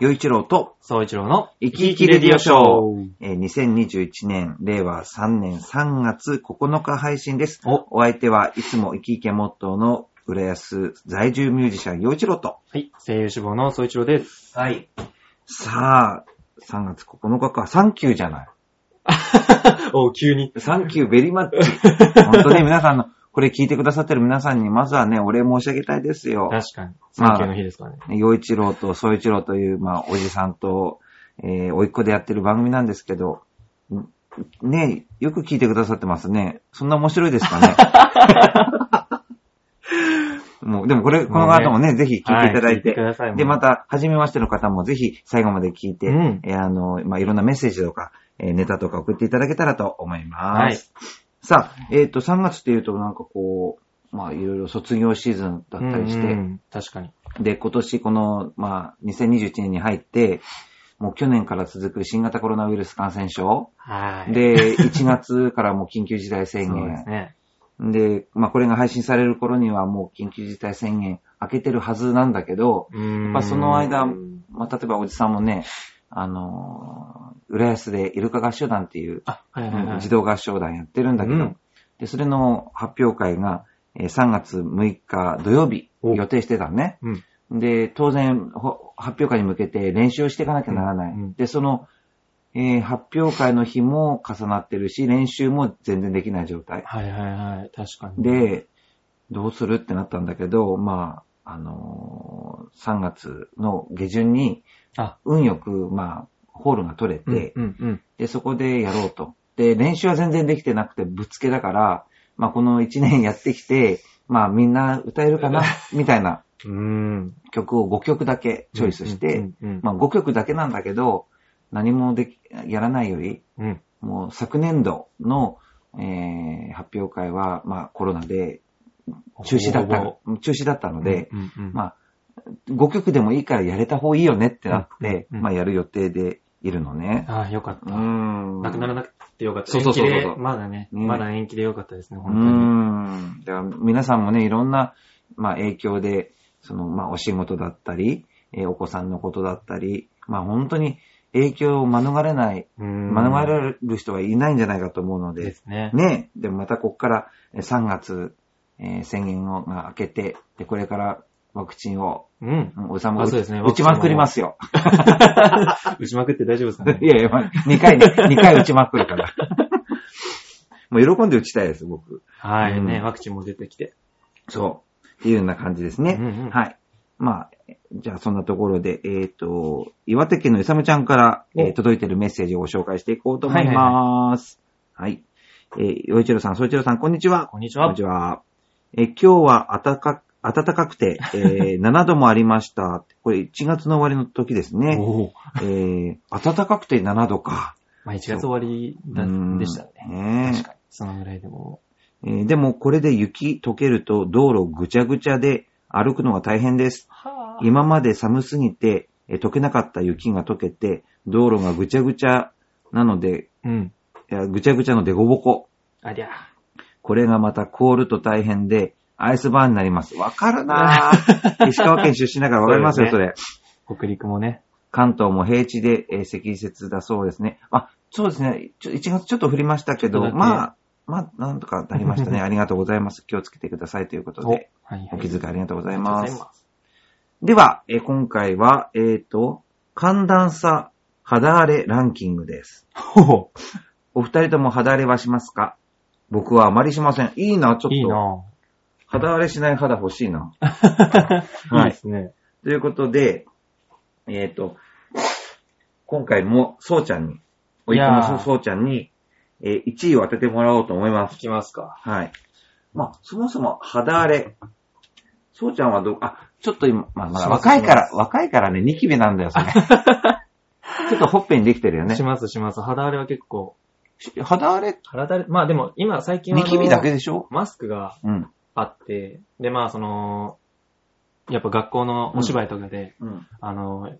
洋一郎と、総一郎の、生き生きレディオショー。えー2021年、令和3年3月9日配信です。お、お相手はいつも生き生きモットーの浦安在住ミュージシャン洋一郎と。はい、声優志望の総一郎です。はい。さあ、3月9日か、サンキューじゃない。 お、急に。サンキューベリーマッチ。 本当に皆さんの、これ聞いてくださってる皆さんに、まずはね、お礼申し上げたいですよ。確かに。まあサンキューの日ですからね。洋一郎と総一郎という、まあ、おじさんと、えー、おいっ子でやってる番組なんですけど、んねえ、よく聞いてくださってますね。そんな面白いですか ね。もう、でもこれ、この後もね、ぜひ聞いていただはいて。ください。で、ま、た、初めましての方もぜひ最後まで聞いて、うんえーあの、まあ、いろんなメッセージとか、えーネタとか送っていただけたらと思います。はいさあ、えっ、と、3月っていうとなんかこう、まあ、いろいろ卒業シーズンだったりして、うんうん確かに。で、今年この、まあ、2021年に入って、もう去年から続く新型コロナウイルス感染症。はい。で、1月からもう緊急事態宣そうです言。ね。で、まあこれが配信される頃にはもう緊急事態宣言開けてるはずなんだけど、うーんやっぱその間うんまあ例えばおじさんもね、あのー浦安でイルカ合唱団っていう、あ、はいはいはい。児童合唱団やってるんだけど、うんで、それの発表会がえー3月6日土曜日お予定してたのね。うん。で、当然、ほ発表会に向けて練習をしていかなきゃならない。うんうんで、その、えー発表会の日も重なってるし、練習も全然できない状態。はいはいはい。確かに。、で、どうするってなったんだけど、まあ、あのー3月の下旬に、あ、運よく、まあ、ホールが取れて、うんうんうん。で、そこでやろうと。で、練習は全然できてなくて、ぶっつけだから、まあ、この1年やってきて、まあ、みんな歌えるかな、みたいなうーん。曲を5曲だけチョイスして、うんうんうんまあ、5曲だけなんだけど、何もでき、やらないより、うん。もう昨年度の、えー発表会は、まあ、コロナで中止だった、中止だったので、うんうんうん、まあ、5曲でもいいからやれた方がいいよねってなって、うんうんまあ、やる予定でいるのね。ああ、よかっうた。ん。なくならなくてよかった。そうそうそうそう延期でまだね、ねまだ延期でよかったですね、う本当に。ん。だから皆さんもね、いろんな、まあ、影響で、その、まあ、お仕事だったり、えーお子さんのことだったり、まあ、本当に影響を免れない、うん免れる人はいないんじゃないかと思うのでで、すね。ね、でもまたここからえー3月、えー宣言をが明けて、で、これからワクチンを、うん。うんおさんもあ打そうちですね打ちまくりますよ。打ちまくって大丈夫です かいねやいや、まあ、2回ね、2回打ちまくる から。もう喜んで打ちたいです、僕。はい、うね、んワクチンも出てきて。そう。っていうような感じですね。うん うんはい。まあ、えじゃあそんなところで、えっ、と、岩手県のイサムちゃんから、おえー届いてるメッセージをご紹介していこうと思います。はいえー、洋一郎さん、総一郎さん、こんにちは。こんにちこんはにち。は。えー今日は暖か暖かくて、えー7度もありました。これ1月の終わりの時ですね。おお。えー暖かくて7度か。まあ、1月終わりだうんでしたね。ねえ確かに。そのぐらいでも。えーでもこれで雪溶けると道路ぐちゃぐちゃで歩くのが大変です。は今まで寒すぎて、えー溶けなかった雪が溶けて、道路がぐちゃぐちゃなので、うん。いやぐちゃぐちゃのデゴボコ。ありゃ。これがまた凍ると大変で、アイスバーンになります。わかるな ぁ。石川県出身だからわかりますよ、そそうれ。北陸もね。関東も平地で、えー積雪だそうですね。あ、そうですね。ちょ1月ちょっと降りましたけど、ちょっとだけまあ、まあ、なんとかなりま したね。ありがとうございます。気をつけてくださいということおはでい。はい。お気遣いありがとうございあまりがとうございす。ます。では、えー今回は、えっ、と、寒暖差肌荒れランキングです。ほほ。お二人とも肌荒れはしますか僕はあまりしません。いいな、ちょっと。いいな肌荒れしない肌欲しいな。ぁ。はいいいですね。ということで、えっ、と、今回も、そうちゃんに、おいっ子いやのーそうちゃんに、えー1位を当ててもらおうと思います聞。きますか。はい。まあ、そもそも肌荒れ。そうちゃんはどう、あ、ちょっと今、まあ、まだします若いから、若いからね、ニキビなんだ よ、それ。ちょっとほっぺにできてるよねし。ますします。肌荒れは結構。肌荒れ、肌荒れ、まあでも今最近はニあの。キビだけでしょマスクがうん。あって、でまあその、やっぱ学校のお芝居とかで、うん。あの、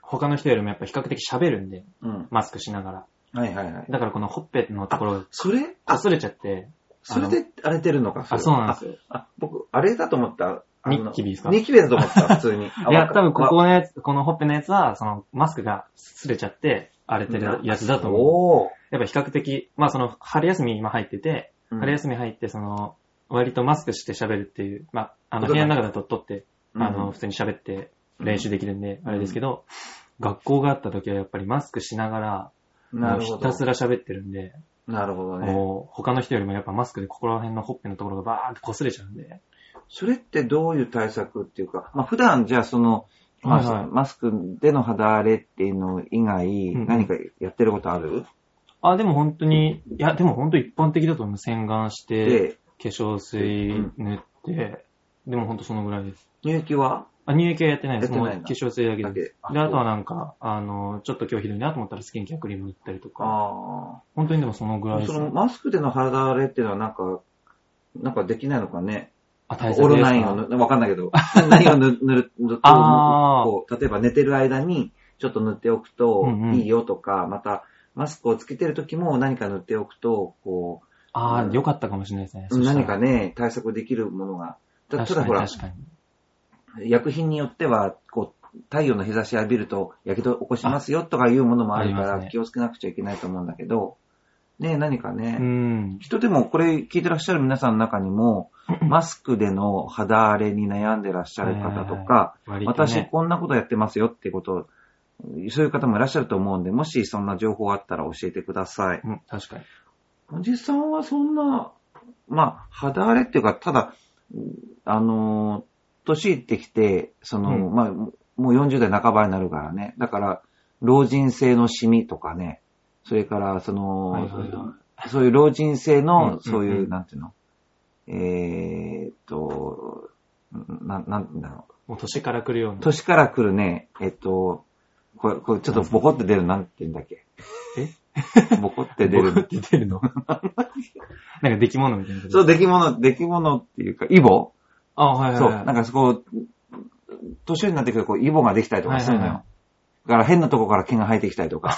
他の人よりもやっぱ比較的喋るんで、うん。マスクしながら。はいはいはい。だからこのほっぺのところがそれ、あ、擦れちゃって、それで荒れてるのかあ、そうなんですよ。あ、僕、あれだと思った。あのニッキビですかニッキビだと思ってた、普通に。 いや、多分こはこのやつ、このほっぺのやつは、そのマスクが擦れちゃって荒れてるやつだと思う。おやっぱ比較的、まあその春休み今入ってて、ー。春休み入ってその、割とマスクして喋るっていう、まあ、あのそう部だ屋ねの中だと撮って、うんあの、普通に喋って練習できるんで、あれですけど、学校があった時はやっぱりマスクしながら、なもうるひほたど。すら喋ってるんで、なるほどね。もう他の人よりもやっぱマスクでここら辺のほっぺのところがバーって擦れちゃうんで、それってどういう対策っていうか、まあ、普段じゃあその、まあはいはいマスクでの肌荒れっていうの以外、うん何かやってることある、あ、でも本当に、いや、でも本当一般的だと思う。洗顔して、で、化粧水塗って、でも本当そのぐらいです。乳液はあ、乳液はやってないです。やってもうない化な粧水だけだで。け。で、あとはなんか、あの、ちょっと今日ひどいなと思ったらスキンケアクリーム塗ったりとか、あ本当にでもそのぐらいあ。ですそね。のマスクでの肌荒れっていうのはなんか、なんかできないのかねあ、対オ策ロですナインかを塗、わかんないけど、何を 塗塗ると、あーこう例えば寝てる間にちょっと塗っておくとうんうんいいよとか、またマスクをつけてる時も何か塗っておくと、こあうあ、んよかったかもしれないですね。う、そしたら何かね、対策できるものが。たた確だかほにら、確かに。薬品によっては、こう、太陽の日差し浴びると、やけど起こしますよとかいうものもあるかあありまら、すね気をつけなくちゃいけないと思うんだけど、ね、何かね、うん。人でもこれ聞いてらっしゃる皆さんの中に も、マスクでの肌荒れに悩んでらっしゃる方とか、割と私ね。こんなことやってますよっていうことを、そういう方もいらっしゃると思うんで、もしそんな情報あったら教えてください。うん、確かに。おじさんはそんな、まあ、肌荒れっていうか、ただ、うんあのー、年いってきて、その、うまあ、もう40代半ばになるからね。だから、老人性のシミとかね、それから、その、はいはいはそういう老人性うんの、そううんいうう、んなんていうのえーっと、な、なんていうんだろもう年から来るようう。な。年から来るね、えっと、これ、これちょっとボコって出る、なんて言うんだっけ。ボコって出る。僕って出 るのなんか出来物みたいな。そう、出来物、出来物っていうか、イボあ、はいはいそう。はい。なんかそこ、年寄りになってくると、こう、イボができたりとかするのよ。はいはいはだから変なとこから毛が生えてきたりと か。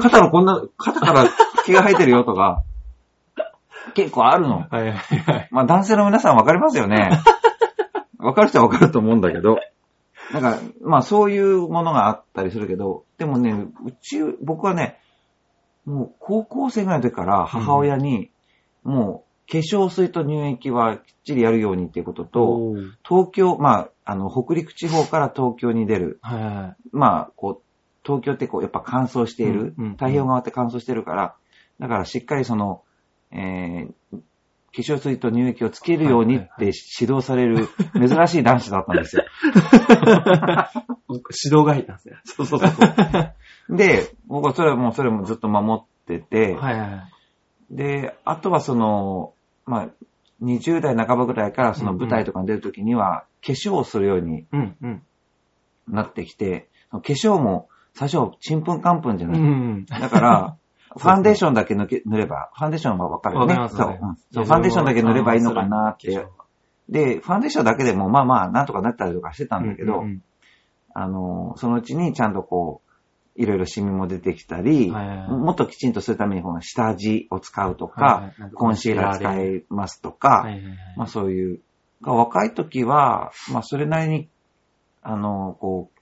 肩のこんな、肩から毛が生えてるよとか、結構あるの。はいはいはい。まあ男性の皆さんわかりますよね。わかる人はわかると思うんだけど。なんか、まあそういうものがあったりするけど、でもね、うち、僕はね、もう高校生ぐらいの時から母親に、もう化粧水と乳液はきっちりやるようにっていうことと、おー東京、まあ、あの、北陸地方から東京に出る、はいはいはい。まあ、こう、東京ってこう、やっぱ乾燥している、うんうん太平洋側って乾燥してるから、だからしっかりその、えー、化粧水と乳液をつけるようにっはいはてい指導される珍しい男子だったん ですよ。指導が入ったんですね。そうそうそう。で、僕はそれはもうそれもずっと守ってて、はいはいはい。で、あとはその、まあ、20代半ばぐらいからその舞台とかに出るときには、化粧をするようにうんうん。なってきて、その化粧も最初、ちんぷんかんぷんじゃうないん。だから、 そうファンデーションだけ抜け塗れば、ファンデーションはわかるよね。わかりますそうわかりまうんそう。ファンデーションだけ塗ればいいのかなっ化て粧。で、ファンデーションだけでもまあまあなんとかなったりとかしてたんだけど、うんうんあの、そのうちにちゃんとこう、いろいろシミも出てきたり、はいはいはいもっときちんとするためにこの下地を使うとか、はいはいコンシーラー使いますとか、はいはいはいまあそういう、が若い時は、まあそれなりに、あの、こう、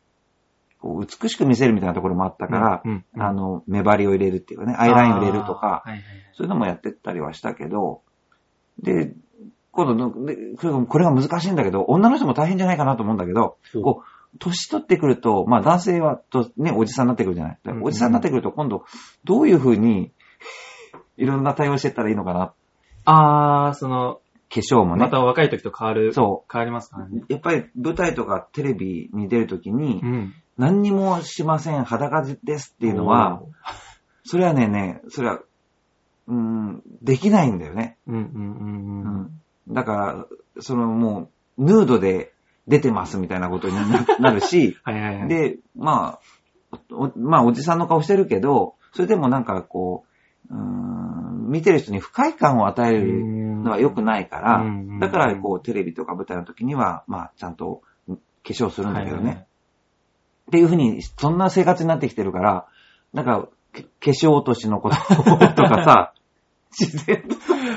こう美しく見せるみたいなところもあったから、うんうんあの、目張りを入れるっていうかね、アイラインを入れるとあか、ーはいはいそういうのもやってったりはしたけど、で、今度でこれがこれが難しいんだけど、女の人も大変じゃないかなと思うんだけど、はいこう、年取ってくると、まあ男性はと、ね、おじさんになってくるじゃない。だかうんらうんおじさんになってくると、今度、どういうふうに、 いろんな対応してったらいいのかな。化あー、その、粧もね。また若い時と変わる。そ変わりますからね。やっぱり舞台とかテレビに出るときにう、ん。何にもしません、裸ですっていうのは、おー、それはね、ね、それは、うーん、できないんだよね。うんうんうんううん。ん。だから、そのもう、ヌードで出てますみたいなことにな なるし、はいはいはい。、で、まあ、おまあ、おじさんの顔してるけど、それでもなんかこう、うーん、見てる人に不快感を与えるのは良くないから、だから、こう、テレビとか舞台の時には、まあ、ちゃんと化粧すうるんだけどね。はいはいはいっていうふうに、そんな生活になってきてるから、なんか、け化粧落としのこと と かさ、自然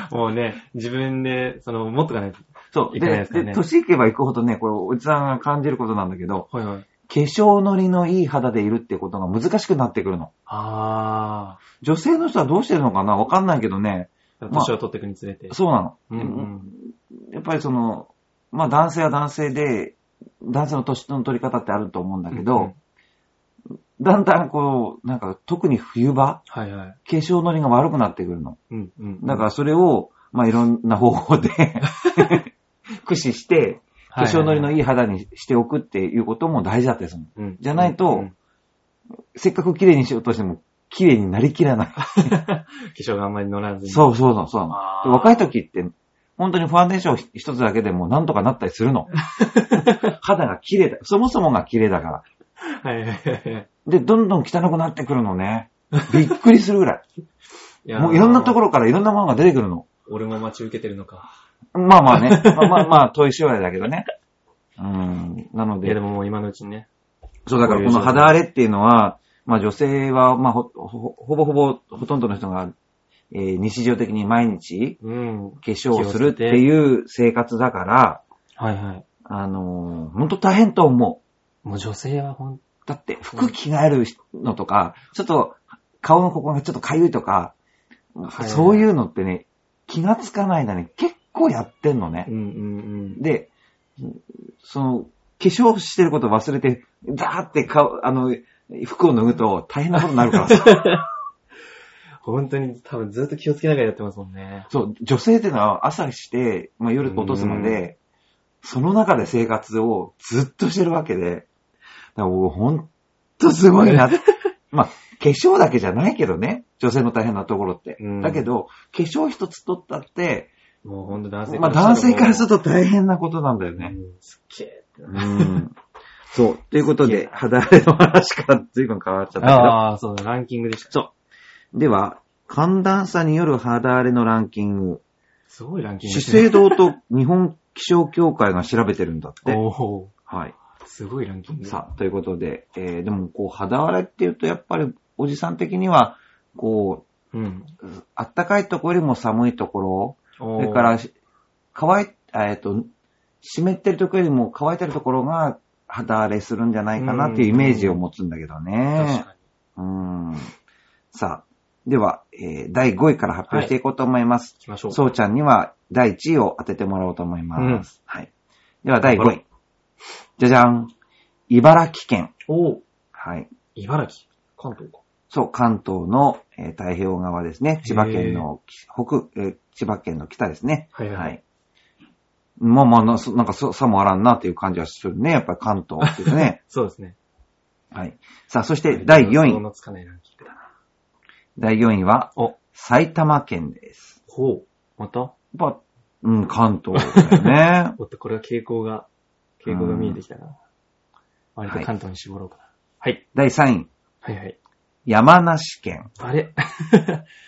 ともうね、自分で、その、持っとかないと。そう。いかないでですからねで年いけばいくほどね、これ、おじさんが感じることなんだけど、はいはい。化粧のりのいい肌でいるってことが難しくなってくるの。あ女性の人はどうしてるのかなわかんないけどね、あ。まあ年を取っていくにつれて。そうなの。うんうん。やっぱりその、まあ男性は男性で、男性の年の取り方ってあると思うんだけど、うんうんだんだんこう、なんか特に冬場、はいはい。化粧のりが悪くなってくるの。うんうん。だからそれを、まあいろんな方法 で駆使して、化粧のりのいいい肌にしておくっていうことも大事だったりするの。はいはい。じゃないとうんうんせっかく綺麗にしようとしても、綺麗になりきらない。化粧があんまり乗らずに。そうそうそう、そうなのあでー若い時って、本当にファンデーション一つだけでもなんとかなったりする の。肌が綺麗だ。そもそもが綺麗だから。はいはいはいはい。で、どんどん汚くなってくるのね。びっくりするぐ らい。やもういろんなところ。ろからいろんなものが出てくるの。俺も待ち受けてるのか。まあまあね。まあまあまあ、遠い将来だけどね。うん。なのいやでで、ももう今のうちにね。そうだからこの肌荒れっていうのは、まあ女性は、まあほほほほぼほぼほとんどの人が、えー日常的に毎日うん。化粧をするっていう生活だから、はいはい。あのー、ほんと大変と思もう女性はほん、う。だって、服着替えるのとか、ちょっと、顔のここがちょっと痒いとか、はいそういうのってね、気がつかない間に結構やってんのうね。んうんで、その、化粧してること忘れて、ダーって顔、あの、服を脱ぐと大変なことになるからさ。 うん。本当に多分ずっと気をつけながらやってますもんね。そう、女性ってのは朝して、まあ、夜落とすまで、その中で生活をずっとしてるわけで、だから僕ほんとすご いな。まあ、化粧だけじゃないけどね、女性の大変なところって。うんだけど、化粧一つ取ったって、もうほんと男性まあ男性からするると大変なことなんだよとね。うんすっげえってなうん。そう。ということで、肌荒れの話から随分変わっちゃったけど。ああ、そうだ、ランキングでした。そう。では、寒暖差による肌荒れのランキング。すごいランキング資です生ね。堂と日本気象協会が調べてるんだって。おおはい。ーすごいランキング。さあ、ということで、えー、でもこう、肌荒れっていうと、やっぱりおじさん的には、こうん。う、あったかいところよりも寒いところ、そそれから、し乾い、えっ、と、湿ってるところよりも乾いてるところが肌荒れするんじゃないかなっていうイメージを持つんだけど確ね。かに。うん。さあ、では、えー、第5位から発表していこうと思います。行きましょう。そうちゃんには第1位を当ててもらおうと思います。はい。では第5位。じゃじゃん。茨城県。おおはい。茨城。関東か。そう、関東の、えー太平洋側ですね。千葉県の北、えー千葉県の北ですね。はいはいは。い。まあまあな、そなんかそさもあらんなという感じはするね。やっぱり関東っていう ね。そうですね。はい。さあ、そして第想4位。のつかないランキングだな。第4位はお、埼玉県です。ほう。またやっぱ、うん、関東だよ 。ねおっと、これは傾向が、傾向が見えてきたな。割と関東に絞ろうかな。はい。第3位、はいはい。山梨県。あれ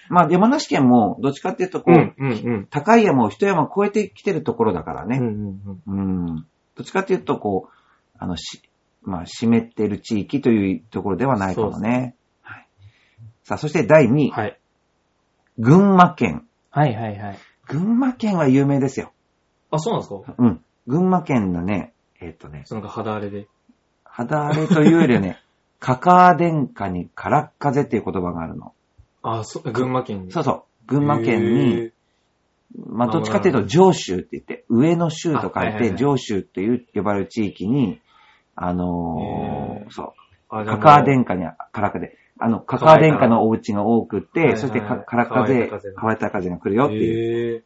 まあ、山梨県も、どっちかっていうと、こう、うんうん。高い山を一山越えてきてるところだからうんうね。んうん。どっちかっていうと、こう、あの、し、まあ、湿ってる地域というところではないかもそうね。はい。さあ、そして第2う位、ん。はい。群馬県。はいはいはい。群馬県は有名ですよ。あ、そうなんですかうん。群馬県のね、えっ、とね、そのなんか肌荒れで。肌荒れというよりはね、カカア殿下に空っ風っていう言葉があるの。あ、そ、群馬県に。、そううそう。群馬県に、まあ、どっちかっていうと、上州って言って、上の州と書あはいいはいはて、い上州っていう呼ばれる地域に、あのへー、そあう、じゃカあもうカア殿下にからかで、あの、カカア殿下のお家が多くはいはて、いそしてかからかで乾いた風、が乾いた風が来るよっていう。へーい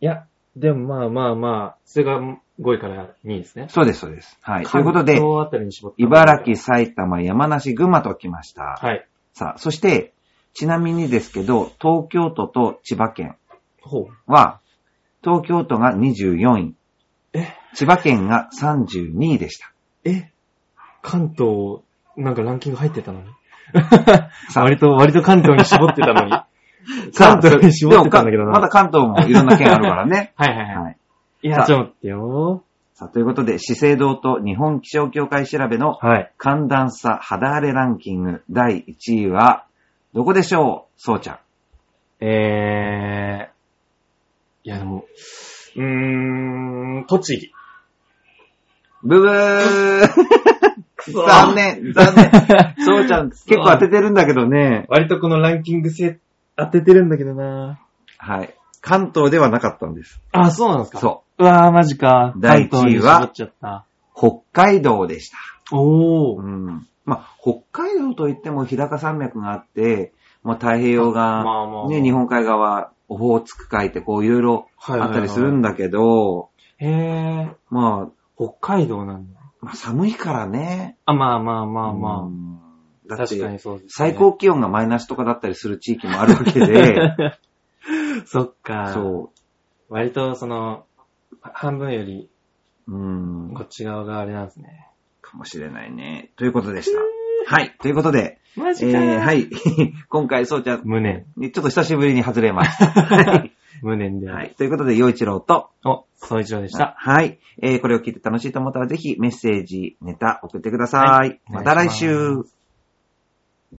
や、でもまあまあまあ、それが5位から2位ですね。そうです、そうです。はい。とい関うことで、東あたりに絞った茨城、埼玉、山梨、群馬と来ました。はい。さあ、そして、ちなみにですけど、東京都と千葉県ほう。は、東京都が24位え、千葉県が32位で した。え関東、なんかランキング入ってたのに。 さあ割と、割と関東に絞ってたのに。 さ関あ東に絞ってたんだけどでもかまだな。。関東もいろんな県あるからね はいはいはい。はい。いや、ちょっと待ってよさあ、ということで、資生堂と日本気象協会調べのー。はい。寒暖差肌荒れランキング第1位は、どこでしょうそうちゃん。えー、いやでも、うーん、栃木。ブブーくそ 残念、残 念。そうちゃん、結構当ててるんだけどね。割とこのランキングせ当ててるんだけどなはい。関東ではなかったんです。あ、そうなんですか。そううわぁ、マジか。第一位は関東に絞っちゃった。う。北海道でした。おうー。ん。まあ、北海道といっても日高山脈があって、まあ、太平洋まあ側、まあ。ね、日。本海側、オホーツク海ってこういろいろはいはいあはいったりするんだけど、へぇまー。北海道なんだ。あ、まあ、寒いからね。あ、まあまあまあうまんだあ。っ確かて、にそうです、ね。最高気温がマイナスとかだったりする地域もあるわけで、 そっか。そ割と、その、半分より、う。うん。こっち側があれなんですね。かもしれないね。ということでした。はい。ということで、マえー、はい。 今回、そうちゃん、無念。ねちょっと久しぶりに外れま した。はい無念である。はい。ということで、洋一郎と、お、総一郎でした。はい。えー、これを聞いて楽しいと思ったら、ぜひメッセージ、ネタ送ってください。はいまた来お願いし週ま。